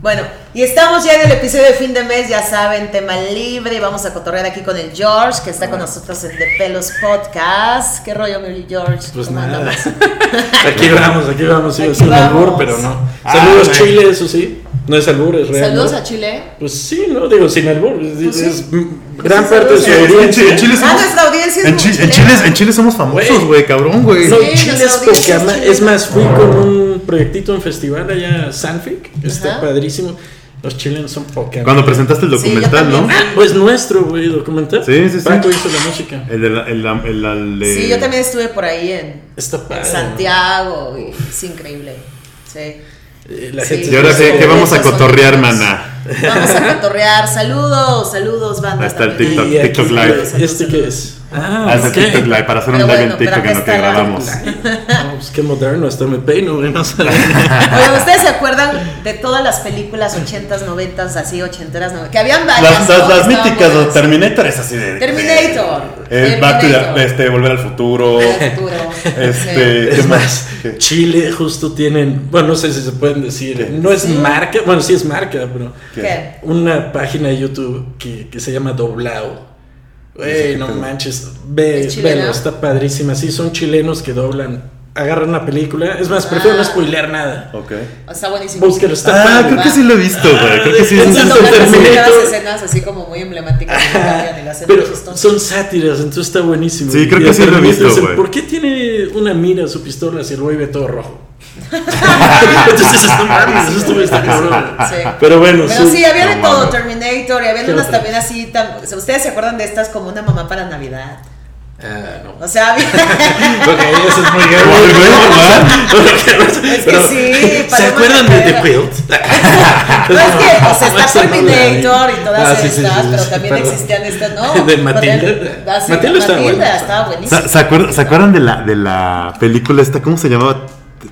Bueno, y estamos ya en el episodio de fin de mes, ya saben, tema libre. Y vamos a cotorrear aquí con el George, que está con nosotros en The Pelos Podcast. ¿Qué rollo, mi George? Pues ¿Cómo nada. andamos? aquí vamos, aquí vamos, sí, Aquí es un albur, vamos. pero no. Ah, Saludos bueno. Chile, eso sí. No es albur, es real. Saludos ¿no? a Chile. Pues sí, no, digo, sin albur. es- Pues sí. es mm, gran sí, parte de saludos su a- En Chile, en audiencia. Chile Ah, somos, nuestra audiencia es en, Chi- en chilena. Chile, en Chile somos famosos, Güey. güey, cabrón, güey. No, Sí, Chile nuestra es audiencia poca es ma- chilena. Es más, fui con un proyectito en festival allá, Sanfic. Está Ajá. padrísimo. Los chilenos son poca. Cuando presentaste el Sí, yo documental, ¿no? también. Pues nuestro, güey, documental. Sí, sí, sí. Paco hizo la música. El de la- el, la- el, la- el de- Sí, yo también estuve por ahí en Está padre. Santiago y es increíble. Sí. Eh, La Sí. gente Y ahora sí, está- que vamos a Esos son cotorrear, amigos. mana. Vamos a cotorrear. Saludos, saludos, banda. Ahí está el también. TikTok. Y aquí- Live. ¿Este qué es? Ah, Hace ok. TikTok live para hacer un Pero live bueno, en TikTok pero en acá lo está que la- grabamos. No, pues qué moderno, hasta me peino, güey, no sé. Oye, ¿ustedes se acuerdan de todas las películas 80s, 90s, así, 80s, 90s? Que habían varias. ¿no? Las, las, que las estaban míticas, buenas. Terminator es así de. Terminator. El Back to the- Terminator. este, Volver al Futuro. Futuro. Este, ¿qué Es más, más? ¿Qué? Chile justo tienen, bueno, no sé si se pueden decir, eh, ¿Qué? no es Sí. marca, bueno, sí es marca, pero Sí. ¿Qué? ¿Qué? una página de YouTube que, que se llama Doblado. Güey, qué no pedo. manches, ve, ¿Es chilena? velo, está padrísima. Sí, son chilenos que doblan, agarran una película. Es más, prefiero Ah. no spoilear nada. Ok. Está buenísimo. Búsquelo, está Ah, padre. creo que sí lo he visto, güey. Creo que sí es Ah, Entonces, un es doblan las Terminator. primeras escenas así como muy emblemáticas y cambian y las hacen Pero muy chistosas. son sátiras, entonces está buenísimo. Sí, creo Y que el sí lo he Terminator visto, dice, güey. ¿Por qué tiene una mira su pistola si el güey ve todo rojo? entonces está mal, eso estuvo está cabrón. Sí. Pero bueno, Pero sí, había de No todo, mames. Terminator, y había ¿Qué unas otra? también así, tan- o sea, ustedes se acuerdan de estas como una mamá para Navidad. Ah, no. O sea, había... Ok, eso es muy grave. Guau, güey, ¿verdad? es que Pero, sí, ¿Se Paloma acuerdan de The Cabrera. Quilt? No es que, o sea, está Esa no la vi. Terminator y todas Ah, sí, estas, sí, sí, sí, pero sí, también perdón. existían estas, ¿no? De Matilda, Matilda. ah, sí, Matilda estaba buena. estaba ¿Se, buenísima. se acuerdan, ¿se acuerdan de, la, de la película esta? ¿Cómo se llamaba?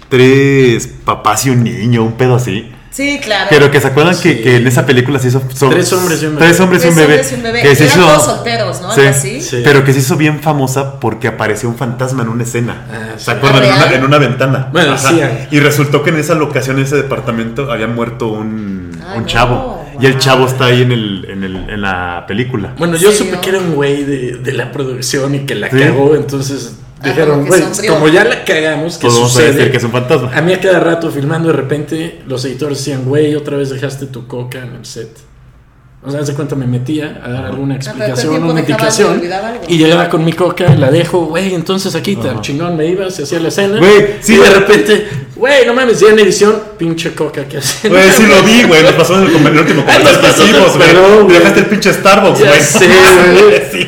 Tres papás y un niño, un pedo así. Sí, claro. Pero que se acuerdan que, Sí. que en esa película se hizo. son- Tres hombres y un bebé. Tres hombres y un Tres bebé. hombres y un bebé. Que se Eran hizo. todos solteros, ¿no? Sí, Algo así. Sí. Pero que se hizo bien famosa porque apareció un fantasma en una escena. Ah, sí. ¿Se acuerdan? En ¿Ah, una, real? en una ventana. Bueno, Ajá. sí. Y resultó que en esa locación, en ese departamento, había muerto un, Ah, un no, chavo. wow. Y el chavo está ahí en, el, en, el- en la película. Bueno, yo ¿En supe serio? que era un güey de, de la producción y que la Sí. cagó, entonces Ah, como dijeron, que güey, sonrió. como ya la cagamos, ¿qué Todos vamos a sucede? decir que es un fantasma. A mí a cada rato filmando de repente los editores decían, güey, otra vez dejaste tu coca en el set. O sea, hace cuenta me metía a dar alguna pero todo el explicación, tiempo una dejaba de indicación. olvidar algo. Y llegaba con mi coca, la dejo, güey, entonces aquí Ajá. tal chingón me iba, se hacía la escena. Güey, sí, y de lo- repente, güey, no mames, ya en edición, pinche coca que hacen. Güey, sí lo vi, güey. Nos pasó en el, com- en el último Ay, nos comentario que pasó, hicimos, perdón, güey. güey. Dejaste el pinche Starbucks, Ya güey. sé, güey. Sí,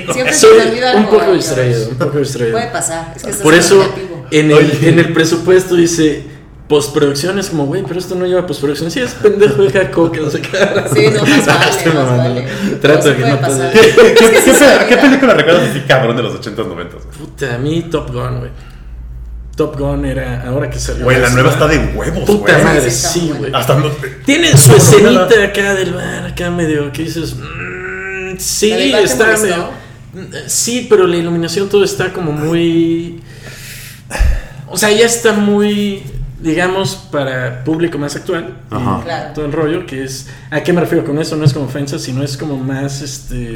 güey. Siempre se Soy te olvida un algo, poco George. distraído, un poco distraído. Puede pasar. Es que estás Por eso, eh, creativo. en el, Oye. en el presupuesto dice postproducción, es como, güey, pero esto no lleva postproducción. Sí, es pendejo, deja coca, no sé qué. Sí, no, más vale, Estoy más mamando. vale. Trato Todo de que puede no pase. pasar. ¿Qué, qué- Es que sí qué- se qué olvida. película recuerdas así, cabrón, de los 80s, 90s? güey? Puta, a mí Top Gun, güey. Top Gun era ahora que salió. Güey, la nueva está de huevos, Puta güey. Sí, madre, sí, sí, está güey. buena. Hasta no- Tienen su No, no, escenita nada. acá del bar, acá medio que dices. mm, ¿La del sí, bar te está molestó? medio. mm, Sí, pero la iluminación todo está como muy. O sea, ya está muy, digamos, para público más actual. y Ajá. Claro. Todo el rollo que es. ¿A qué me refiero con eso? No es como ofensa, sino es como más este.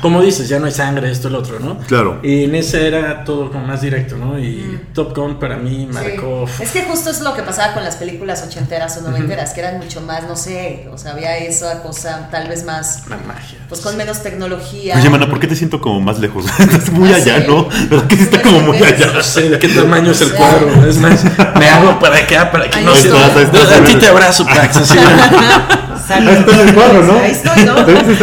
Como dices, ya no hay sangre, esto, el otro, ¿no? Claro. Y en ese era todo como más directo, ¿no? Y Top Gun para mí marcó. Mm. Sí. Es que justo es lo que pasaba con las películas ochenteras o noventeras, que eran mucho más, no sé, o sea, había esa cosa tal vez más, La magia. pues con menos tecnología. Oye, mana, ¿por qué te siento como más lejos? Estás muy Ah, allá, sí. ¿no? ¿Verdad que sí está como muy allá? No sé de qué tamaño es el Sí. cuadro. Es más, me hago para acá para que Ahí no se estás, ahí estás. A ti te abrazo, Pax. Así Sale. Ahí estoy, ¿no? está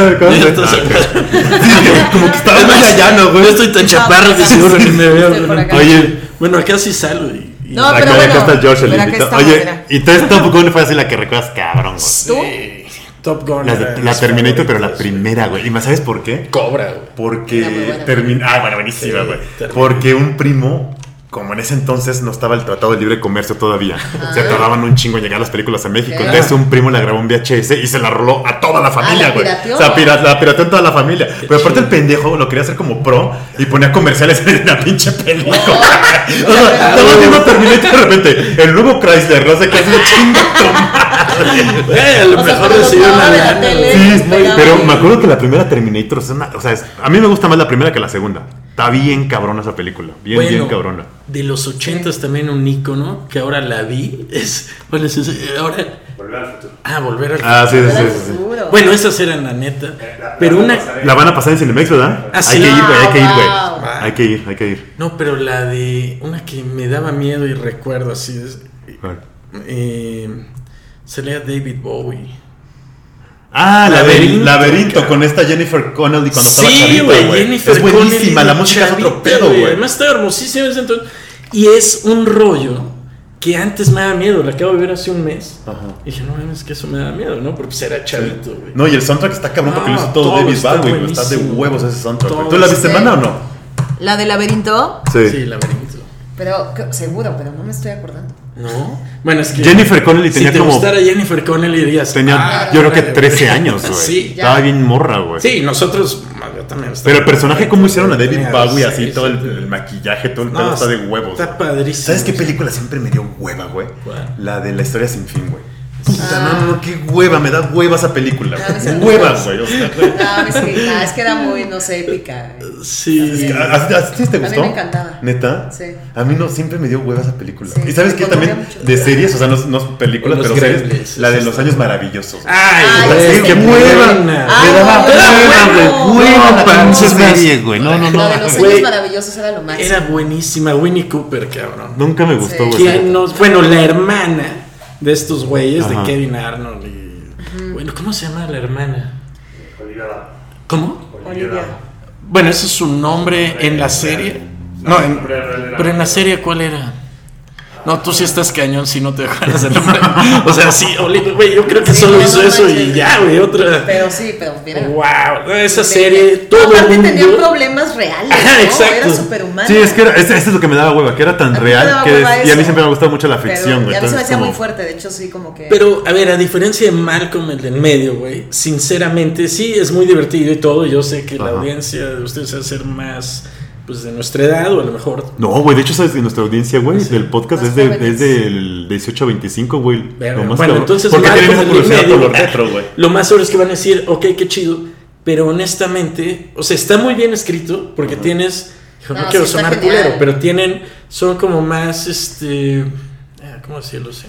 el Ya estás Ah, acá. ok. Sí, como que estaba Es muy más, allá, ¿no, Yo güey? estoy tan chaparro que No, seguro ni me veo. estoy por acá. Oye, Bueno, acá sí salgo. y- y- No, pero acá, bueno, acá está George, el pero acá invitado. estamos, Oye, mira. y entonces Top Gun fue así la que recuerdas, cabrón, güey. ¿Tú? Sí, este, Top Gun. eh, La, era de- de la mis Terminator, pero la favoritas. primera, güey. ¿Y más sabes por qué? Cobra, güey. Porque Era muy buena. termina. Ah, bueno, buenísima, Sí, güey. termina. Porque un primo como en ese entonces no estaba el Tratado de Libre Comercio todavía, se tardaban un chingo en llegar las películas a México. Ah. Ok. Ah, Entonces un primo le grabó un VHS y se la roló a toda la familia, la güey. pirateó. o sea, pira- la pirateó en toda la familia. Pero aparte chido. el pendejo lo quería hacer como pro y ponía comerciales en la pinche película. o sea, Ya, nada más viendo Terminator de repente, el nuevo Chrysler, no sé qué, es un chingo tu madre. Güey, a lo O sea, Eh, mejor cuando recibió estaba una de la lana. tele. güey. Sí, Sí, muy- pero me acuerdo que la primera Terminator, es una- o sea, es- a mí me gusta más la primera que la segunda. Está bien cabrona esa película, bien, Bueno, bien cabrona. De los ochentas también un icono que ahora la vi. Es. Bueno, es, es- ahora. Volver al futuro. Ah, volver al. Ah, sí, sí, Era sí. el sí, sí. futuro. Bueno, esas eran Eh, la neta. Pero una. La van a pasar en Cinemex, ¿verdad? Ah, hay sí. que ir, güey, hay que ir, güey. Wow. Hay que ir, hay que ir. No, pero la de. Una que me daba miedo y recuerdo así. Es, eh, salía David Bowie. Ah, la Laberinto, del laberinto cabrón. con esta Jennifer Connelly cuando estaba Sí, chavita, güey, güey. Jennifer Es buenísima, Connelly, la música es otro chavita, pedo, güey. Además está hermosísima ese entonces. Y es un rollo que antes me daba miedo, la acabo de ver hace un mes. Ajá. Y dije, no mames, que eso me da miedo, ¿no? Porque pues era chavito, güey. No, y el soundtrack está cabrón porque lo No, hizo todo, todo David está Bowie, güey. Está de buenísimo. huevos ese soundtrack. güey. Todo ¿Tú la viste, está- mana, o no? La del laberinto, Sí, laberinto. pero que- seguro, pero no me estoy acordando. ¿No? Bueno, es que. Jennifer Connelly tenía si te como- gustara Jennifer Connelly dirías. Tenía, "Ah, yo creo que güey". 13 años, güey. sí. ya. Estaba bien morra, güey. Sí, nosotros. Yo también estaba- Pero el personaje, ¿cómo hicieron a David Tenía Bowie? seis, Así, todo el, siete. el maquillaje, todo el No, pedo está de huevos. Está güey. padrísimo. ¿Sabes qué película siempre me dio hueva, güey? ¿Cuál? La de la historia sin fin, güey. Puta, no, no, no, qué hueva, me da hueva esa película. Ah, esa- güey. Hueva, güey. o sea, güey. No, es que, no, es que era muy, no sé, épica. güey. Es que, Sí. ¿A a- a ti te mí gustó? me encantaba. ¿Neta? Sí. A mí no, siempre me dio hueva esa película. Sí, ¿Y sabes me qué conmovía también? mucho. De series, o sea, no, no películas, Los pero series. Gremlins, La de sí, los sí. años maravillosos. Ah, Ay, Ay, güey, sí, ¡Qué sí. hueva! Me Ay, daba no, hueva, no, güey. no, Hueva la no, pinche no, no, serie, güey. No, no, La no. de los güey. años maravillosos era lo máximo. Era buenísima, Winnie Cooper, cabrón. Nunca me Sí. gustó, güey. ¿Quién nos- bueno, la hermana de estos güeyes, Ajá. de Kevin Arnold y... Bueno, ¿cómo se llama la hermana? ¿Cómo? Olivia. Bueno, ese es su nombre en la serie. No, en- pero en la serie, ¿cuál era? No, tú sí estás cañón si no te acuerdas del nombre. O sea, sí, Olivia, güey, yo creo que Sí, solo no, hizo no eso y manches. ya, güey, otra. Pero sí, pero mira. Wow, esa Sí. serie, todo el Aparte mundo. tenían problemas reales, Ajá, ¿no? exacto. Era superhumano. Sí, es que era, ese- ese es lo que me daba hueva, que era tan A mí me real daba que hueva es- y a eso. mí siempre me ha gustado mucho la Pero- ficción, güey. Y a mí se me entonces hacía como- muy fuerte, de hecho, sí, como que... Pero, a ver, a diferencia de Malcolm, el del medio, güey, sinceramente, sí, es muy divertido y todo. Yo sé que la Ajá. audiencia de ustedes va a ser más, pues, de nuestra edad o a lo mejor... No, güey, de hecho, sabes que nuestra audiencia, güey, del podcast Más es, de, jóvenes. es del 18 a 25, güey. Verga. Lo más Bueno, cabrón. entonces Porque tienen esa Malcolm, el del curiosidad por medio, lo retro, güey. Lo más seguro es que van a decir, ok, qué chido, pero honestamente, o sea, está muy bien escrito porque tienes... hijo, no, No, quiero sí, está sonar genial. culero, pero tienen, son como más, este... ah, ¿Cómo decirlo? Sí.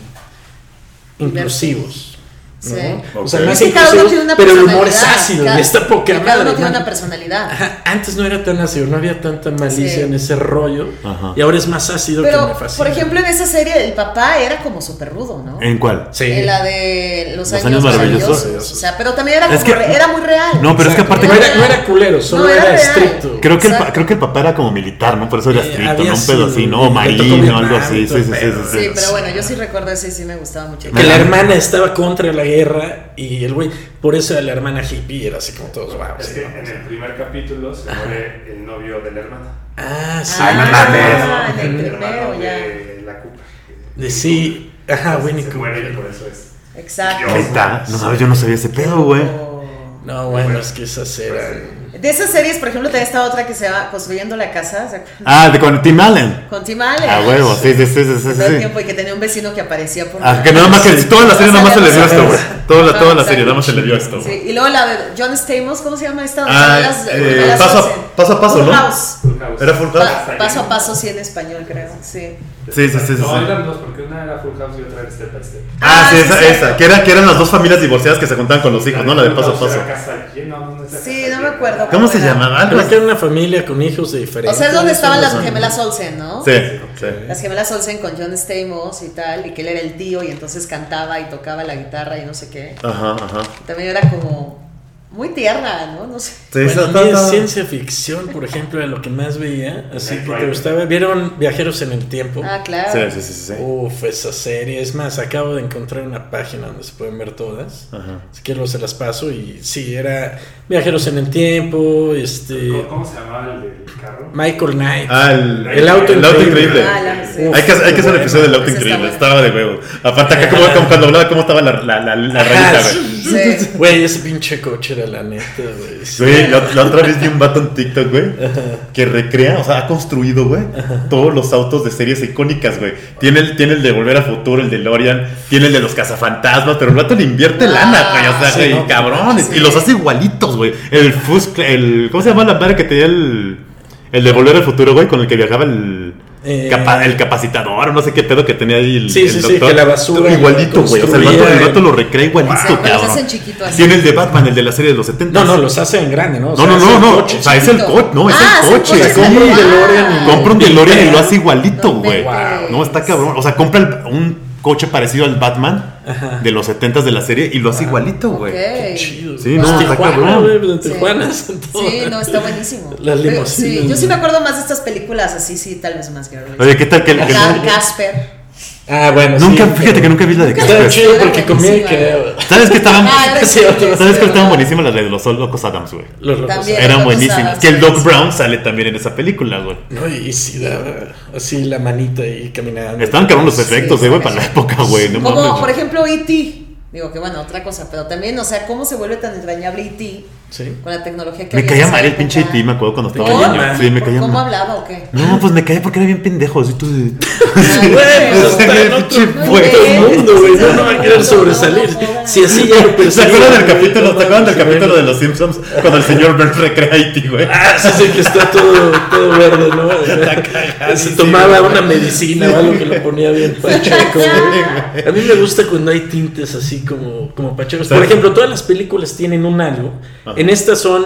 Inclusivos. Sí. ¿no? O sea, Ok. más Es que cada uno inclusivos, tiene una pero el personalidad. humor es ácido Cada- y está poca que madre. Cada uno tiene man. una personalidad. Ajá, Antes no era tan ácido, no había tanta malicia Sí. en ese rollo. Ajá. Y ahora es más ácido que me Pero, fascina. por ejemplo, en esa serie el papá era como súper rudo, ¿no? ¿En cuál? Sí. En la de Los, Los años, años maravillosos. maravillosos. O sea, pero también era, Es como que- re- era muy real. No, pero es que Exacto. aparte. No Era- era, no era culero, solo No, era era, real. estricto. Creo que, el, pa- Exacto. creo que el papá era como militar, ¿no? Por eso era Eh, estricto, había ¿no? Un pedo sido- así, ¿no? le O tocó marino, Vietnam algo y así. todo Sí, sí, sí, el sí, pedo. sí, Sí, sí. pero bueno, yo sí recuerdo ese y sí me gustaba mucho. Que la hermana estaba contra la guerra y el güey, por eso era la hermana hippie, era así como Pues todos, wow. Es sí, que no, en sí. el primer capítulo se muere el novio de la hermana. Ah, sí. Ay, no mames. en el El primero, hermano ya. de la Cooper. De sí. Ajá, Winnie Se muere y por Cooper. eso es. Exacto. Dios. Neta, no sabes, yo no sabía ese pedo, güey. No, bueno, es que esas eran. De esas series, por ejemplo, tenía esta otra que se llama Construyendo la Casa, ¿se acuerdan? Ah, de con Tim Allen. Con Tim Allen. Ah, huevo, sí, sí, sí, sí, sí. Que todo el sí. tiempo y que tenía un vecino que aparecía por... Ah, que nada más que toda la serie nada más se le dio esto, güey. Toda la, toda la serie nada más se le dio esto, Sí, güey. y luego la de John Stamos, ¿cómo se llama esta? Ah, eh, paso a- paso a paso, Full ¿no? House. Full House. Era Full Pa- House. paso a paso, sí, en español, creo. Sí. Sí, sí, sí, sí, sí. No, eran dos, porque una era Full House y otra era Step by Step. Ah, Ah, sí, sí, esa, sí. esa. Que, era, que eran las dos familias divorciadas que se juntaban con los hijos, ¿no? La de Full paso a House paso. era casa llena, ¿dónde está Sí, no casa me llena? acuerdo. ¿Cómo se llamaba? Algo Creo que así. era una familia con hijos de diferentes. O sea, es donde estaban las Ajá. gemelas Olsen, ¿no? Sí, sí. Las gemelas Olsen con John Stamos y tal, y que él era el tío y entonces cantaba y tocaba la guitarra y no sé qué. Ajá, ajá. También era como Muy tierna, ¿no? No sé. Sí, Bueno, está- a mí está- es ciencia ficción, por ejemplo, de lo que más veía. Así Knight que te Rider. gustaba. ¿Vieron Viajeros en el Tiempo? Ah, claro. Sí, sí, sí, sí, sí. Uf, esa serie. Es más, acabo de encontrar una página donde se pueden ver todas. Ajá. Así que luego se las paso. Y sí, era Viajeros en el Tiempo, este. ¿Cómo se llamaba el del carro? Michael Knight. Ah, el, El auto increíble. Ah, la miseria. Hay que, hay que hacer el Bueno, episodio del esa auto pues, está increíble. buena. Estaba de huevo. Aparte, acá como, como cuando hablaba, cómo estaba la, la, la, la rayita, Ah, güey. Sí. Güey, ese pinche coche era la neta, güey. Sí. Güey, la, la otra vez vi un vato en TikTok, güey, que recrea, o sea, ha construido, güey, todos los autos de series icónicas, güey. Tiene el, tiene el de Volver a Futuro, el de Lorian, tiene el de los cazafantasmas, pero el vato le invierte Ah, lana, güey, o sea, sí, güey, no, cabrones. sí. Y los hace igualitos, güey. El Fusc, el. ¿Cómo se llama la madre que tenía el. El de Volver al Futuro, güey, con el que viajaba el. Eh, capa- el capacitador, no sé qué pedo que tenía ahí el, Sí, el sí, sí, que la basura Igualito, güey. O sea, el vato, el construía. vato lo recrea igualito, sea, pero los cabrón. hacen chiquito así. Tiene el de Batman, el de la serie de los 70. No, no, los hacen grande, ¿no? O No, sea, no, no, hacen no. coches. O sea, es el coche. No, es Ah, es el el coche. coche, sí. compra un DeLorean y- Compra un DeLorean y lo hace igualito, ¿Dónde güey. crees? No, está cabrón. O sea, compra el- un coche parecido al Batman de los 70 de la serie y lo hace igualito, güey. Ok. Chido. Sí, Pues no, está Tijuana, cabrón. güey, pues, en Sí. Tijuana hacen todo. Sí, no, está buenísimo. Las Pero, limusinas. Sí, yo sí me acuerdo más de estas películas así, sí, tal vez más girly. Oye, ¿qué tal que, que- Ca- Casper. Ah, bueno. nunca, sí, fíjate que nunca vi la de Estaba Casper. chido porque comía y Buenísima. creaba. ¿Sabes que estaban? Ah, era Sí, increíble, otro- ¿Sabes sí, que estaban ¿verdad? buenísimas las de los locos Adams, güey? Los locos. También. Eran Locos buenísimas. Adams, Que el Doc sí. Brown sale también en esa película, güey. No, y si daba así la manita y caminando. Estaban cabrón los Sí. efectos, Sí, eh, güey, sí, para la sí. época, güey. No mames. Como, por ejemplo, E.T. Digo que bueno, otra cosa, pero también, o sea, cómo se vuelve tan entrañable E.T. Sí. con la tecnología que Me había caía en esa mal el época? pinche IT, me acuerdo cuando Te estaba caía niño. mal. Sí, me caía ¿Cómo mal. hablaba o qué? Ah, No, pues me caí porque era bien pendejo. Así tú de. Ay, Güey, pues, no. está en otro Pinche No puerco inventes. mundo, güey. No, Sí, no va a sí, querer sí, sobresalir. no, no, no. Si así ya lo ¿Se persigue, acuerdan del güey, capítulo? no ¿Se acuerdan del mames, capítulo de güey. los Simpsons cuando el señor Burns recrea a IT, güey? Ah, sí, sí, que está todo, todo verde, ¿no? Se cagadísimo, tomaba güey. una medicina o algo que lo ponía bien pacheco. güey. A mí me gusta cuando hay tintes así como, como pachecos. Por ¿Sabes? ejemplo, todas las películas tienen un algo. Ajá. En estas son.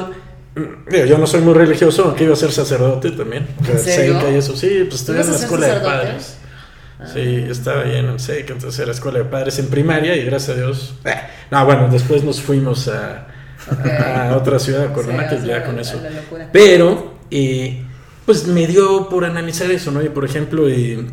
mm, digo, yo no soy muy religioso, aunque iba a ser sacerdote también. ¿En serio? Seika y eso. Sí, pues estuve ¿Ibas en la a ser escuela sacerdote? Ah. de padres. Sí, estaba ya en el SEC, entonces era escuela de padres en primaria y gracias a Dios. eh, no, bueno, después nos fuimos a, a- a otra ciudad, a Cuernavaca, Eh. Ah, Sí, ya a la- con a eso. la locura. Pero, eh, pues me dio por analizar eso, ¿no? Y por ejemplo, eh,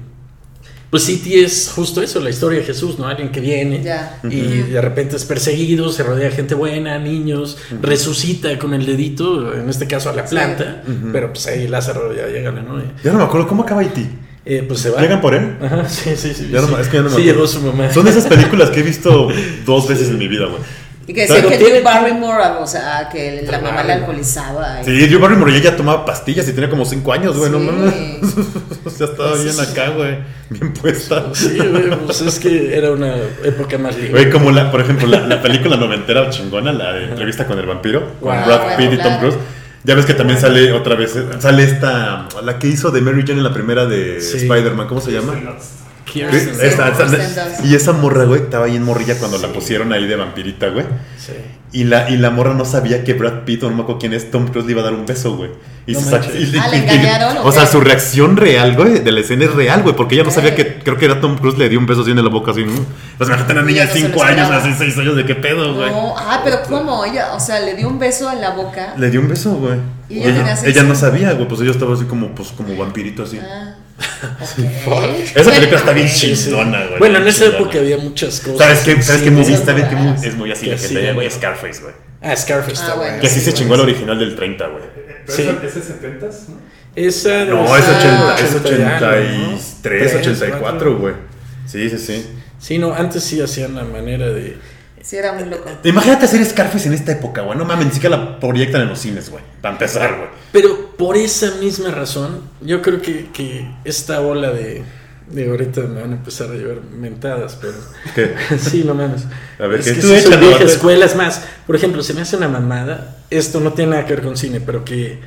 pues City es justo eso, la historia de Jesús, ¿no? Alguien que viene Ya. y de repente es perseguido, se rodea de gente buena, niños, resucita con el dedito, en este caso a la Sí. planta, pero pues ahí Lázaro ya llega, ¿no? Y, Yo no me acuerdo cómo acaba IT. eh, pues se va. ¿Llegan por él? Ajá, sí, sí, sí. Ya no sí. me- es que ya no me Sí, acuerdo. llegó su mamá. Son de esas películas que he visto dos veces en mi vida, güey. Y que Pero decía que tiene- Drew Barrymore, o sea, que la mamá la Barrymore. alcoholizaba. y- Sí, Drew Barrymore ya tomaba pastillas y tenía como 5 años, güey, no Sí. mames. O sea, estaba bien acá, güey. Bien puesta. Pues Sí, güey, pues es que era una época más libre. Güey, como la, por ejemplo, la, la película noventera chingona, la de entrevista con el vampiro, con Wow. Brad Pitt y Claro. Tom Cruise. Ya ves que también sale otra vez, eh, sale esta, la que hizo de Mary Jane en la primera de Sí. Spider-Man, ¿cómo se llama? Kirsten Sí, Kirsten Dunst. esta- Dunst. esta- y esa morra, güey, estaba ahí en morrilla cuando la pusieron ahí de vampirita, güey. Sí. Y la, y la morra no sabía que Brad Pitt, o no me acuerdo quién es, Tom Cruise le iba a dar un beso, güey. Y No se manches. sac- y- Ah, ¿la y- y- engañaron o O sea, qué? su reacción real, güey, de la escena es real, güey, porque ella no Ok. sabía que, creo que era Tom Cruise, le dio un beso así en la boca, así. ¿no? O sea, imagínate una Y niña de ella no se lo 5 años, esperaba. así 6 años, ¿de qué pedo, güey? No, ah, pero ¿cómo? Ella, o sea, le dio un beso en la boca. Le dio un beso, güey. ¿Y ella tenía ella, sexo? ella no sabía, güey, pues ella estaba así como, pues, como vampirito, así. Ah, Esa película está bien Sí, sí. chingona, güey. Bueno, en esa chingona. época había muchas cosas. ¿Sabes qué? ¿Sabes qué Sí, movie? sí. ¿Sabes qué movie? Es muy así Que la sí, gente, güey, güey. Scarface, güey. Ah, Scarface está Ah, buena. bueno. Que así Sí, se güey. chingó el original del 30, güey. Sí. Eh, ¿Pero ese es 70 no? Esa de No, los es 80, años es 83, Tres, 84, cuatro. güey. Sí, sí, sí. Sí, no, antes sí hacían la manera de. Sí, era muy loco. Imagínate hacer Scarface en esta época, güey. No mames, ni siquiera la proyectan en los cines, güey. Para empezar, güey. Pero por esa misma razón, yo creo que, que esta ola de. De ahorita me van a empezar a llevar mentadas, pero. ¿Qué? Sí, no mames. A ver, es ¿qué que tú sí échale, soy vieja Marta? escuela, es más. Por ejemplo, se me hace una mamada. Esto no tiene nada que ver con cine, pero que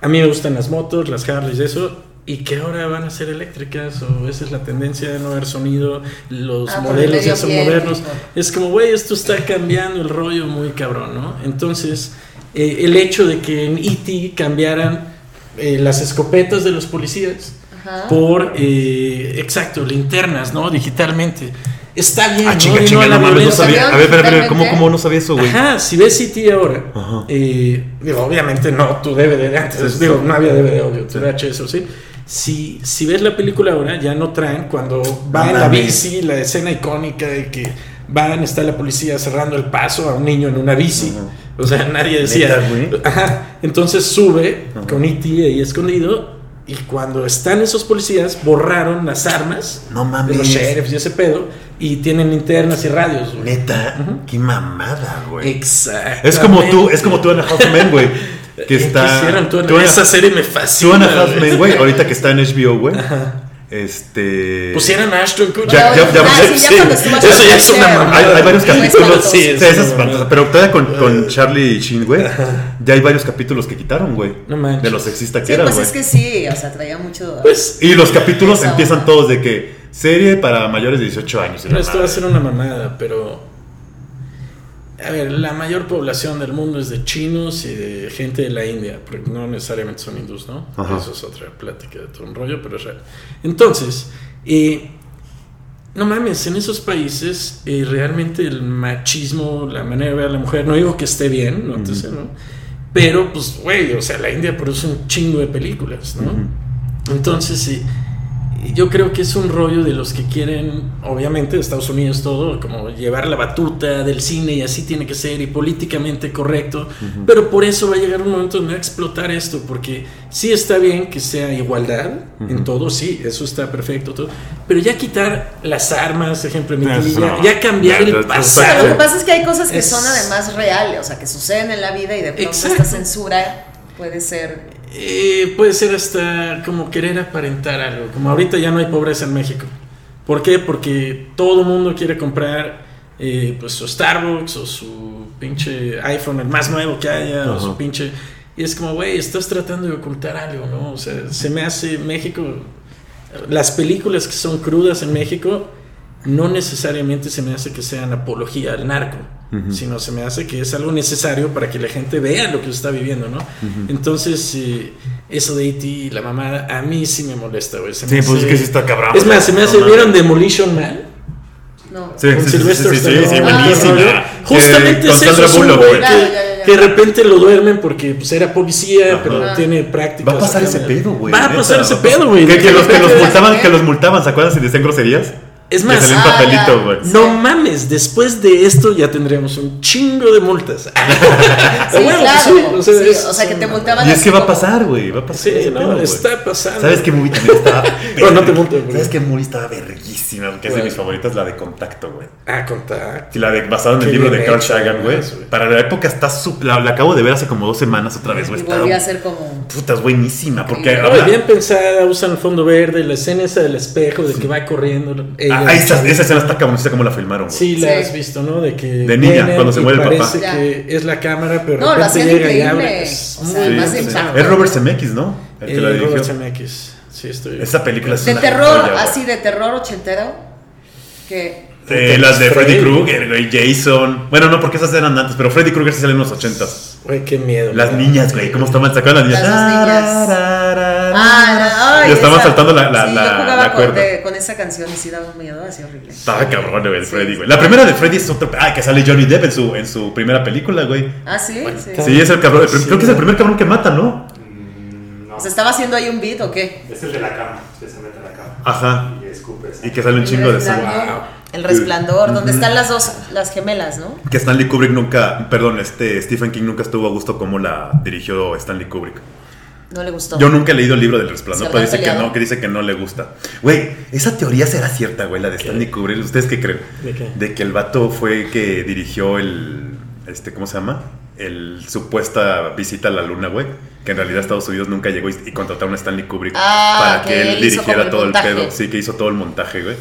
a mí me gustan las motos, las Harleys, eso. Y que ahora van a ser eléctricas, o esa es la tendencia de no haber sonido, los Ah, por el modelos medio ya son ambiente, modernos. por- Es como, güey, esto está cambiando el rollo muy cabrón, ¿no? Entonces, eh, el hecho de que en E.T. cambiaran eh, las escopetas de los policías Ajá. por, eh, exacto, linternas, ¿no? Digitalmente. está bien, Ah, ¿no? chinga, Y no chinga, a no la mames, no violencia. ¿eh? sabía. A ver, espera, espera, ¿cómo, Totalmente. cómo no sabía eso, güey? Ajá, si ves City ahora, Ajá. eh, digo, obviamente no tu DVD de antes, Sí, sí, digo, sí. no había DVD, obvio, tu VHS o sí. Si, si ves la película ahora, ya no traen cuando va en la Mames. bici, la escena icónica de que van, está la policía cerrando el paso a un niño en una bici. O sea, nadie decía. Neta, güey. Ajá. Entonces sube con E.T. ahí escondido. Y cuando están esos policías, borraron las armas No de los mames. sheriffs y ese pedo. Y tienen linternas y radios. güey. Neta, qué mamada, güey. Exacto. Es como tú, es como tú, Ana Hoffman, güey. Que está. Quisieran tú, Two and a- esa serie me Two fascina. and a güey. Half Men, güey. Ahorita que está en HBO, güey. Este. Pusieran a Ashton Kutcher. Ya, ya, ya, Ah, sí, sí. cuando estuvo Eso haciendo ya es una Kutcher. mamada. Hay, hay varios Sí, es capítulos. espantoso. sí, o sea, es esas una espantas- mamada. Pero todavía con, con Charlie Sheen, güey. Ya hay varios capítulos que quitaron, güey. No manches. De los sexistas que Sí, eran, pues güey. es que sí, o sea, traía mucho. Pues, Y los capítulos Esa empiezan onda. todos de que serie para mayores de 18 años. y la no, esto va a madre. ser una mamada, pero. A ver, la mayor población del mundo es de chinos y de gente de la India, porque no necesariamente son hindús, ¿no? Ajá. Eso es otra plática de todo un rollo, pero es real. Entonces, eh, no mames, en esos países eh, realmente el machismo, la manera de ver a la mujer, no digo que esté bien, no te sé, ¿no? Pero, pues, güey, o sea, la India produce un chingo de películas, ¿no? Entonces, sí, yo creo que es un rollo de los que quieren, obviamente, Estados Unidos todo, como llevar la batuta del cine y así tiene que ser y políticamente correcto, pero por eso va a llegar un momento donde va a explotar esto, porque sí está bien que sea igualdad en todo, sí, eso está perfecto, todo, pero ya quitar las armas, ejemplo, mi tía, Eso no. ya cambiar Ya, ya, el Pero ya, pasado. lo que pasa es que hay cosas que Es- son además reales, o sea, que suceden en la vida y de pronto Exacto. esta censura puede ser. Eh, puede ser hasta como querer aparentar algo. Como ahorita ya no hay pobreza en México. ¿Por qué? Porque todo mundo quiere comprar eh, pues su Starbucks o su pinche iPhone, el más nuevo que haya, o Ajá. su pinche. Y es como, güey, estás tratando de ocultar algo, ¿no? O sea, se me hace México. Las películas que son crudas en México no necesariamente se me hace que sean apología al narco, sino se me hace que es algo necesario para que la gente vea lo que está viviendo, ¿no? Entonces, eh, eso de E.T. y la mamada, a mí sí me molesta, güey. se me Sí, pues es hace- que sí está cabrón. Es más, se me hace, No, no. ¿vieron Demolition Man? No. Sí, Con sí, sí, sí, Sylvester sí, sí, Stallone. sí, Ah, buenísima. rollo. Justamente Eh, es eso, es un Bullock, güey güey. que, Ya, ya, ya. que de repente lo duermen porque pues era policía, Ajá. pero Ajá. tiene práctica. Va a pasar ese pedo, güey. Va a neta, pasar ese va a pasar- pedo, güey. Que, que los, que los ¿Qué? multaban, que los multaban, ¿se acuerdan si decían groserías? Es Que más, salía un Ah, papelito, ya. güey. No mames, después de esto ya tendríamos un chingo de multas. Sí, pues Bueno, claro. sí, o sea, sí, es- o sea, que te multaban. Y es así que va a como- pasar, güey. Va a pasar. Sí, ese no, pedo, güey. está pasando. ¿Sabes qué movie también estaba? Pero no te multes, güey. ¿Sabes qué movie estaba verguísima? Que es de ¿Cuál? mis favoritas, la de Contacto, güey. Ah, contacto. Sí, la de, basada en el Qué libro bien de Carl hecho, Sagan, güey. güey. Para la época está súper. La, la acabo de ver hace como dos semanas otra vez, güey. Y Está volví a ser como. puta, es buenísima. Porque No, No, habla- bien pensada, usan el fondo verde, la escena esa del espejo, de que va corriendo. ella. Ah, ah, esa, esa escena está cabroncita como la filmaron, güey. Sí, la Sí. has visto, ¿no? De que. De niña, vienen cuando se y muere el papá. parece Ya. que es la cámara, pero. de No, lo repente hacían llega y increíble. habla. Es O muy sea, Ah, bien además de pensado. impacto. Es Robert Zemeckis, ¿no? El que Eh, la Robert dirigió. Zemeckis. Sí, estoy. Esa película es De una terror, joya, güey. así de terror ochentero. Que. Eh, las de Freddy. Freddy Krueger, güey, Jason. Bueno, no, porque esas eran antes, pero Freddy Krueger sí salió en los 80s. Güey, qué miedo. Las niñas, güey, ¿cómo estaban sacando las niñas? Las dos niñas. Ah, no, ay, Y estaban esa- saltando la, la, sí, la- yo jugaba la con, cuerda. de- con esa canción y sí daba un miedo así horrible. Estaba cabrón, güey, el Sí. Freddy, güey. La primera de Freddy es otro. Ah, que sale Johnny Depp en su, en su primera película, güey. Ah, sí, sí. Sí. Sí, es el cabrón. el prim- Sí. Creo que es el primer cabrón que mata, ¿no? Mm, No. ¿Se estaba haciendo ahí un beat o qué? Es el de la cama, que se mete a la cama. Ajá. Y escupe. Y que sale un chingo de El sangre. resplandor, Wow. El resplandor, donde están las dos, las gemelas, ¿no? Que Stanley Kubrick nunca. Perdón, este Stephen King nunca estuvo a gusto como la dirigió Stanley Kubrick. No le gustó. Yo nunca he leído el libro del resplandor, ¿Se pero habrán dice que peleado? no, que dice que no le gusta. Güey, esa teoría será cierta, güey, la de Stanley Kubrick. ¿Ustedes qué creen? ¿De qué? que el vato fue que dirigió el. Este, ¿cómo se llama? El supuesta visita a la luna, güey. Que en realidad Estados Unidos nunca llegó y, y contrataron a Stanley Kubrick Ah, para que que él él hizo dirigiera como el todo el montaje. pedo. Sí, que hizo todo el montaje, güey.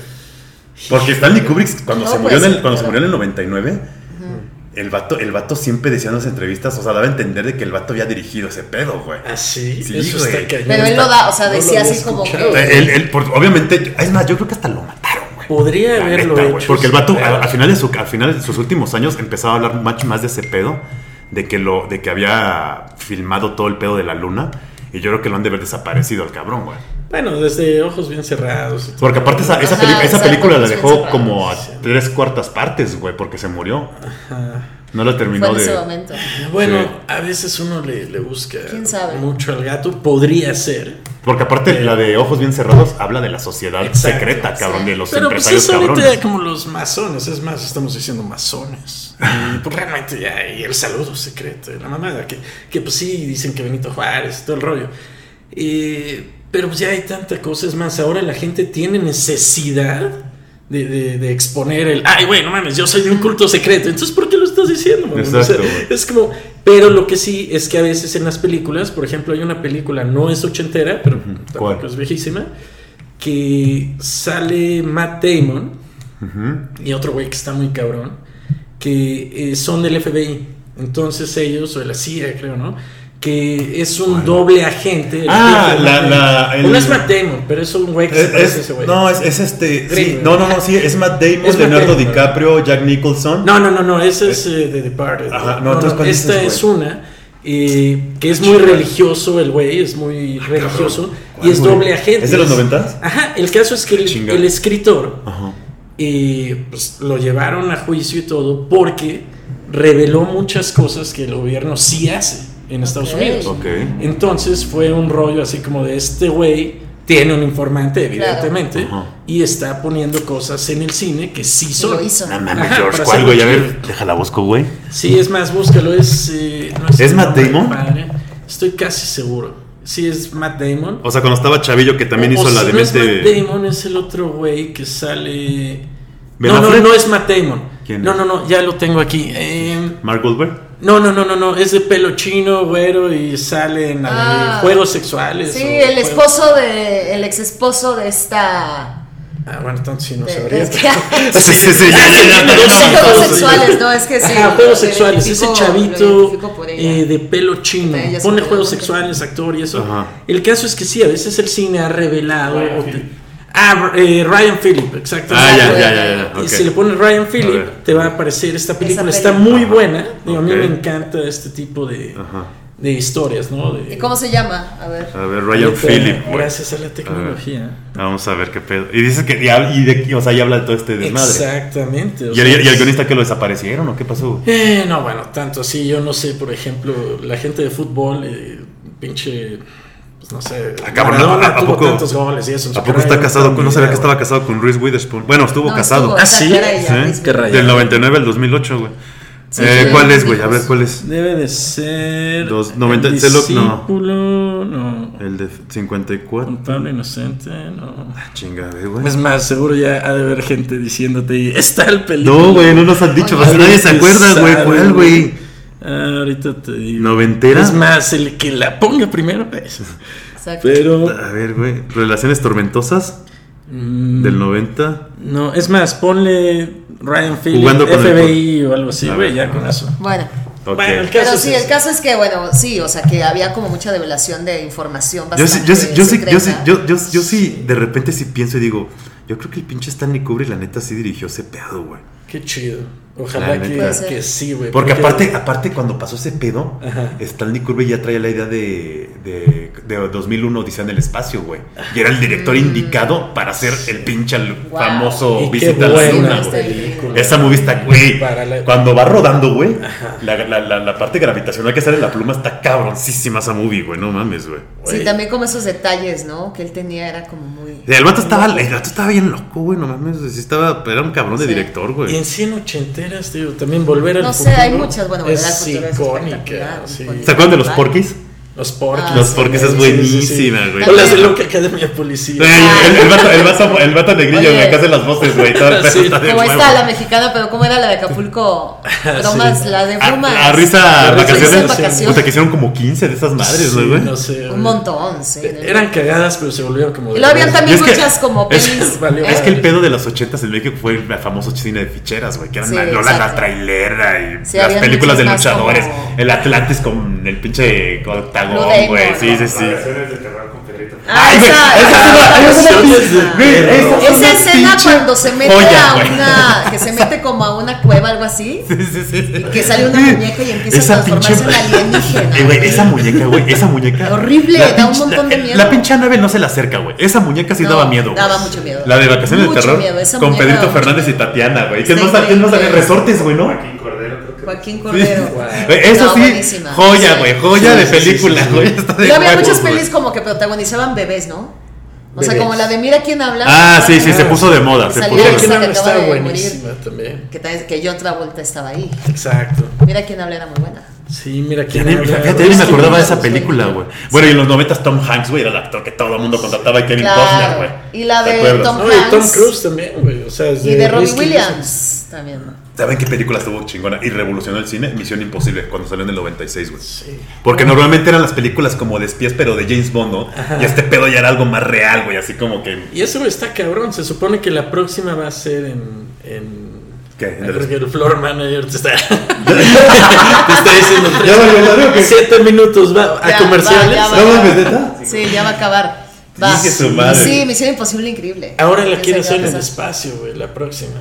Porque Stanley Kubrick, cuando, No, se, murió pues, en el, cuando se pero- murió en el 99, el, vato, el vato siempre decía en las entrevistas, o sea, daba a entender de que el vato había dirigido ese pedo, güey. Ah, sí. Sí, Eso güey. está cañón. Pero él lo da, o sea, No lo decía había así como escuchado. O sea, él- él, por- obviamente, es más, yo creo que hasta lo mataron, güey. Podría La haberlo neta, hecho. güey. Porque el vato, sin a- pedos. al final, de su, al final de sus últimos años, empezaba a hablar mucho más de ese pedo, de que, lo, de que había filmado todo el pedo de la luna. Y yo creo que lo han de haber desaparecido al cabrón, güey. Bueno, desde ojos bien cerrados. y todo. Porque aparte esa, esa, Ajá, peli- esa exacto, película la pues, dejó encerrada. como a tres cuartas partes, güey, porque se murió. Ajá. No la terminó Fue en de... ese momento. Ah, Bueno, Sí. a veces uno le, le busca ¿Quién sabe? mucho al gato. Podría ser. Porque aparte Eh, la de Ojos Bien Cerrados habla de la sociedad Exacto. secreta, cabrón, Sí. de los Pero pues empresarios es ahorita cabrones. como los masones. Es más, estamos diciendo masones. Y pues realmente ya y el saludo secreto de la mamada. Que, que pues sí, dicen que Benito Juárez, todo el rollo. Eh, pero pues ya hay tanta cosa. Es más, ahora la gente tiene necesidad de, de- de exponer el. Ay, güey, no mames, yo soy de un culto secreto. Entonces, ¿por qué lo estás diciendo? mamón? O sea, Exacto, güey. es como. Pero lo que sí es que a veces en las películas, por ejemplo, hay una película, no es ochentera, pero tampoco ¿Cuál? es viejísima, que sale Matt Damon Ujú. y otro güey que está muy cabrón, que eh, son del FBI. Entonces ellos, o de la CIA, creo, ¿no? Que es un ¿Cuál? doble agente. el Ah, jefe de la- Matt la- Damon. el- No es Matt Damon, pero es un güey que se Es- parece a es- ese güey. no, es, es este... Gringo. sí, no, no, no, sí, es Matt Damon, Es Matt Leonardo Damon. DiCaprio, Jack Nicholson. No, no, no, no, ese es eh, de Departed. Ajá, no, entonces, ¿cuál dices, esta güey? es una eh, que Ah, es muy religioso el güey, es muy religioso y ¿Cuál, es güey? doble agente. ¿Es de los noventas? Ajá, el caso es que el, Chinga. el escritor Ajá. eh, pues, lo llevaron a juicio y todo porque reveló muchas cosas que el gobierno sí hace en Estados Ok. Unidos. Ok. Entonces fue un rollo así como de este güey tiene un informante, Claro. evidentemente, Ajá. y está poniendo cosas en el cine que sí son. Lo hizo. No mames, Ajá, George, para ¿cuál, güey? A hacerlo ver, déjala busco, güey. Sí, es más, búscalo. Es, eh, no ¿Es el Matt nombre del Damon? padre. Estoy casi seguro. Sí, es Matt Damon. O sea, cuando estaba Chavillo, que también O- o hizo la si de no es mente... Matt Damon, es el otro güey que sale. ¿Ben No, no, Affleck? no es Matt Damon. ¿Quién No, es? no, no, ya lo tengo aquí. Eh, Mark Goldberg. no, no, no, no, no. Es de pelo chino, güero y sale en eh, Ah. juegos sexuales. Sí, o el juegos- esposo de. El ex esposo de esta. Ah, bueno, entonces sí no de- sabría. de- Sí, sí, sí, ya, ya, ya, Los ya, ya, ya, juegos ya, ya. sexuales, ¿no? Es que sí. Ajá, lo juegos sexuales. Ese identifico- lo chavito identifico por ella. eh, de pelo chino. Ella es Pone una juegos mujer. sexuales, actor y eso. Ajá. El caso es que sí, a veces el cine ha revelado. Ryan o te- Phillippe. ah, eh, Ryan Phillip, exactamente. Ah, ya, ya, ya, ya. Y ok. si le pones Ryan A ver. Phillip, te va a aparecer esta película. Está película. muy Ajá. buena. Digo, A mí Ok. me encanta este tipo de, Ajá. de historias, ¿no? De- ¿Y cómo se llama? A ver. A ver, Ryan de- Phillip, güey. Gracias a la tecnología. Vamos a ver qué pedo. Y dice que... Y, hab- y de, o sea, y habla de todo este desmadre. Exactamente. o ¿Y sea, el, y el es- guionista que lo desaparecieron o qué pasó? güey? Eh, no, bueno, tanto así. Yo no sé, por ejemplo, la gente de fútbol, eh, pinche. Pues no sé. Ah, cabrón, Maradona ¿a- a tuvo poco- tantos goles y eso. en su ¿A poco está carrera? casado tengo con.? No ni sabía idea, que estaba güey. casado con Reese Witherspoon. Bueno, estuvo No, estuvo, casado. Ah, exacto, ¿sí? era ella, Sí, Miss qué Bell. rayado. Del 99 al 2008, güey. Sí, Eh, sí, ¿Cuál sí, es, güey? A hijos. ver, ¿cuál es? Debe de ser. Dos- noventa- el se lo- no. discípulo, no. El de 54. Culpable, inocente, no. Chingada, güey. Es más, seguro ya ha de haber gente diciénate. Está el película. No, güey, no nos han dicho. pues, nadie se acuerda, güey. sabe, ¿Cuál, güey? Ah, ahorita te digo. ¿Noventera? Es más, el que la ponga primero. pues. Exacto. Pero. A ver, güey. ¿Relaciones tormentosas? mm, Del 90. No, es más, ponle Ryan Jugando Phillips, con el FBI o algo así, A güey, ver, ya con eso. Bueno. Ok. Bueno, el caso Pero es sí, ese. el caso es que, bueno, sí, o sea, que había como mucha develación de información Yo bastante sí, yo sí, yo sí, yo sí, secreta. yo, yo, yo sí, de repente sí pienso y digo, yo creo que el pinche Stanley Kubrick, la neta, sí dirigió ese pedo, güey. Qué chido. Ojalá La que, neta. Puede que ser. sí, güey. Porque aparte, aparte cuando pasó ese pedo, Ajá. Stanley Kubrick ya traía la idea de, de, de 2001 Odisea en el espacio, güey. Y era el director Mm. indicado para hacer el pinche al- Wow. famoso Y qué Visita a la buena Luna, Visita güey. al película. Esa movie está, güey. Para la- Cuando va rodando, güey, la, la, la, la parte gravitacional que sale en la pluma está cabroncísima esa movie, güey. No mames, güey. Sí, Güey. también como esos detalles, ¿no? Que él tenía era como muy... El vato estaba, el vato estaba bien loco, güey. No mames, sí estaba, era un cabrón de Sí. director, Y en güey. 100 ochenteras, tío, también volver al No sé, futuro. hay muchas, bueno, Volver es al Futuro es icónica. espectacular, sí. icónica. ¿Se acuerdan de los porquis? Los porques. Ah, Los sí, porquis es sí, sí, sí. buenísima, güey. O las de También. Loca Academia Policía. Ey, el, el, vato, el, vato, el vato negrillo, Oye. güey, que hace las voces, güey. Todo el pedo Sí. está de Como huevo. esta, la mexicana, pero ¿cómo era la de Acapulco? Bromas, la de Brumas. a, a risa Risa vacaciones. en vacaciones. Puta, que hicieron como 15 de esas madres, Sí, ¿no, güey. no sé, güey. Un montón, sí. Eran cagadas, pero se volvieron como. Y de luego habían verdad. Y también es que- muchas como es- pelis... valió ¿eh? Es que el pedo de las 80 en México fue el famoso cine de ficheras, güey, que eran Sí, la Lola la exacto. trailera y Sí, las habían películas de muchas más luchadores, como- el Atlantis con el pinche Blue octagón, Demon, güey. Sí, ¿no? sí, sí. Relaciones de terror con Pedrito. Ah, esa, güey, esa escena- es esa una escena- cosa. güey, esa es Esa una escena pinche cuando se mete joya, a güey. una. que se mete como a una cueva, algo así. Y que sale una muñeca y empieza a transformarse en alienígena. Eh, güey, esa muñeca, güey, esa muñeca. Horrible, La da un pinche- montón de miedo. La, pinche Anabel no se la acerca, güey. Esa muñeca sí No, daba miedo. güey. daba mucho miedo. La de vacaciones Mucho de terror miedo, esa con muñeca Pedrito daba mucho Fernández y miedo. Tatiana, güey. ¿Quién Está más quién más había increíble. resortes, güey, no? Joaquín Cordero, creo que. Ah. Joaquín Sí. Cordero. Güey, Eso No, sí, buenísima. joya, Sí. güey, joya de Sí, sí, sí, película, sí, sí. güey. Está de Y había huevos, muchas güey. pelis como que protagonizaban bebés, ¿no? O sea, Bebés. como la de Mira quién habla. Ah, sí, sí, se puso de moda, se Salía puso de esa que moda. no, acaba está de morir. buenísima también. Que, tal- que yo otra vuelta estaba ahí. Exacto. Mira quién habla era muy buena. Sí, mira Ya quién ni- habla. Fíjate, ya ni me acordaba de esa Sí. película, güey. Bueno, y en los 90 Tom Hanks, güey, era el actor que todo el mundo contrataba y Kevin Claro. Costner, güey. Y la ¿Te de acuerdas? Tom- No, y Tom Hanks. Cruise también, güey. O sea, es Y de Robbie Risky Williams también. ¿no? ¿Saben qué película estuvo chingona y revolucionó el cine? Misión Imposible, cuando salió en el 96, güey. Business. Sí. Porque normalmente eran las películas como de espías, pero de James Bond, ¿no? Ajá. Y este pedo ya era algo más real, güey, así como que... Y eso está cabrón. Se supone que la próxima va a ser en. en ¿Qué? Ah, creo que el floor manager te está, te está diciendo Ya valió, ya valió que- siete minutos va a Ya, comerciales. va, ya va. ¿No mames, neta? Sí, ya va a acabar. Va. Dije su madre. Sí, Misión Imposible increíble. Ahora la Pensé quiere que iba a hacer en el pasar. espacio, güey, la próxima.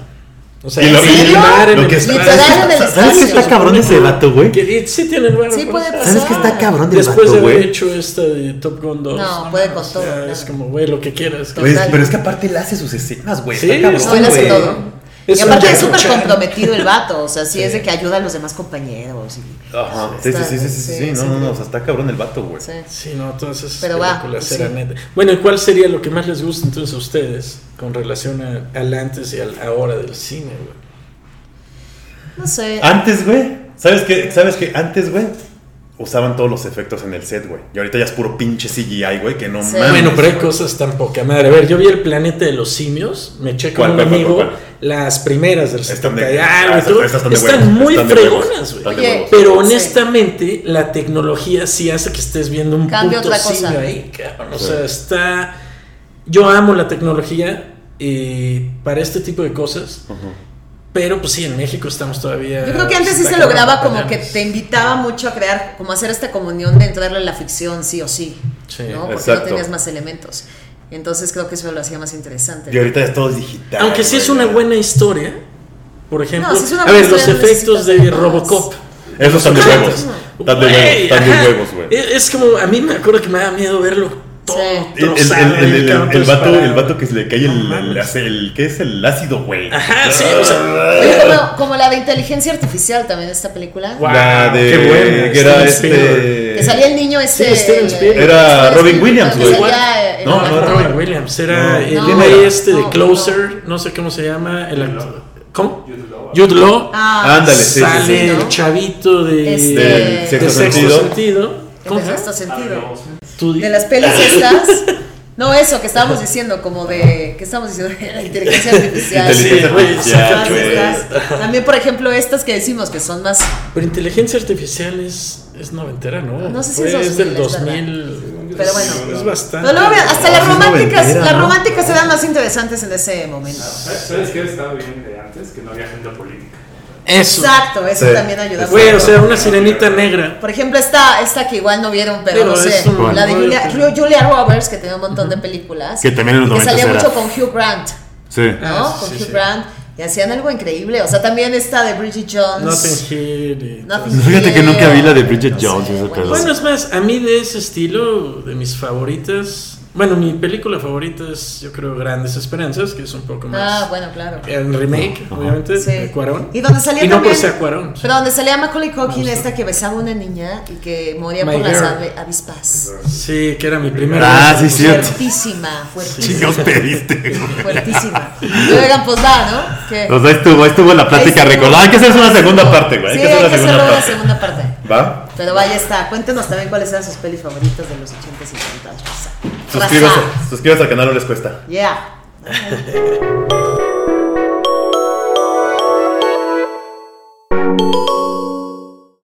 O sea, Y lo- es y el lo- mar en lo el que es- espacio. Literal en el ¿Sabes qué está espacio. cabrón ese vato, güey? Que- y sí tiene el barro, Sí pero- puede pasar. ¿Sabes qué está cabrón del Después vato, de haber güey? hecho esta de Top Gun 2. No, puede con o sea, todo, Es claro. como, güey, lo que quieras. Total. Güey, Pero es que aparte él hace sus escenas, güey. Sí, está cabrón, No, él hace güey. todo. Es y un aparte es Jackie súper Chan. comprometido el vato, o sea, sí, Sí. es de que ayuda a los demás compañeros. y- Ajá. Sí, sí, Está- sí, sí, sí, sí, sí, no, sí. no, no, o sea, está cabrón el vato, Pues. güey. sí. Sí, no, todas esas Pero va, películas sí. eran neta. Bueno, ¿y cuál sería lo que más les gusta entonces a ustedes con relación a- al antes y al ahora del cine, güey? No sé. Antes, güey. ¿Sabes qué? ¿Sabes qué? Antes, güey. Usaban todos los efectos en el set, güey. Y ahorita ya es puro pinche CGI, güey, que no Sí. mames. Bueno, pero hay cosas tan poca madre. A ver, yo vi el planeta de los simios, me eché con ¿Cuál, un cuál, cuál, amigo cuál, cuál? las primeras del Están 70 de- y algo ah, y todo. estas están Están, de huevos, muy están de huevos, fregonas, están güey. de huevos. Pero Sí. honestamente, la tecnología sí hace que estés viendo un Cambia puto otra cosa. simio ahí, cabrón. O Sí. sea, está. Yo amo la tecnología eh, para este tipo de cosas. Ujú. Pero pues sí, en México estamos todavía. Yo creo que antes sí se está lograba cabrón, como que apenas. te invitaba mucho a crear, como hacer esta comunión de entrarle a la ficción sí o sí, Sí, ¿no? Porque exacto. no tenías más elementos. Entonces creo que eso lo hacía más interesante. Y ahorita ya es todo digital. Aunque sí güey, es una ya. buena historia. Por ejemplo, No, sí es una a buena ver, los historia, no efectos de necesitas nada más. Robocop. Esos están de Ah, huevos. Están de Güey, huevos, están de ajá. huevos, güey. Es, es como, a mí me acuerdo que me daba miedo verlo todo. Sí. El, el, trozado, el- el- el- cabrón, el vato, disparado. el vato que se le cae el, No el, mames. el- ¿qué es el ácido, güey? Ajá, sí, o sea. Oye, como, como la de inteligencia artificial también esta película. Guau. La de Qué buena, que era Steven este Spielberg. Que salía el niño ese. Sí, Steven el- Spielberg. Era Steven Robin Spielberg, Williams, que güey. salía eh, el- el No, Pues No, vato. era Robin Williams, era No. el No, güey no, este no. de Closer, no sé cómo se llama, el act- Law. ¿Cómo? Jude Law. Jude Law. Ah, Ándale, sí, sí, sale sí, ¿no? el chavito de, Este- del de sexto, sexto sentido. sentido. en ¿Cómo se el llama? sexto este sentido. Tú di- De las pelis estas. No, eso que estábamos diciendo, como de. ¿Qué estábamos diciendo? La inteligencia artificial. Sí, Inteligencia güey, artificial, Todas sí, güey. estas. También, por ejemplo, estas que decimos que son más. Pero inteligencia artificial es, es noventera, ¿no? No sé si Fue- es 2000, del es verdad. 2000. Pero bueno. Es bastante. Pero luego, mira, hasta las es románticas, noventera, las ¿no? románticas eran más interesantes en ese momento. ¿Sabes sabes qué estaba bien de antes? Que no había agenda política. Eso. Exacto, eso Sí. también ayuda Güey, o mucho. sea, una sirenita negra. Por ejemplo, esta, esta que igual no vieron, pero, Pero no sé. es un- La de ¿Cuál? Julia, Ru- Julia Roberts, que tenía un montón de películas. Que también en los Que 90 salía era. mucho con Hugh Grant, Sí. ¿no? Ah, sí, con sí, Hugh sí. Grant. Y hacían algo increíble. O sea, también esta de Bridget Jones. Nothing eh, Hill. y todo Nothing eso. Fíjate que nunca vi la de Hill. Bridget No sé, Jones, ese pues, bueno. pedo. Bueno, es más, a mí de ese estilo, de mis favoritas. Bueno, mi película favorita es, yo creo, Grandes Esperanzas, que es un poco Ah, más. bueno, claro. El remake, Ajá. obviamente, Sí. de Cuarón. Y donde salía Y no por también- ser Cuarón. Pero donde salía Macaulay Culkin, Me gustó. esta que besaba a una niña y que moría My por las Girl. ave- avispas. Sí, que era mi primera. Ah, sí, cierto. Fuertísima, fuertísima, Chingados pediste, güey. fuertísima. Y Oigan, pues va, ¿no? Que- O sea, ahí estuvo, ahí estuvo la plática Ahí estuvo. recordada. Hay que hacer una segunda parte, güey. Sí, Hay que hacer una hacerlo segunda una parte. segunda parte. ¿Va? Pero vaya está. Cuéntenos también cuáles eran sus pelis favoritas de los 80s y 90s. raza. Suscríbase, Raza. suscríbase al canal, no les cuesta. Yeah.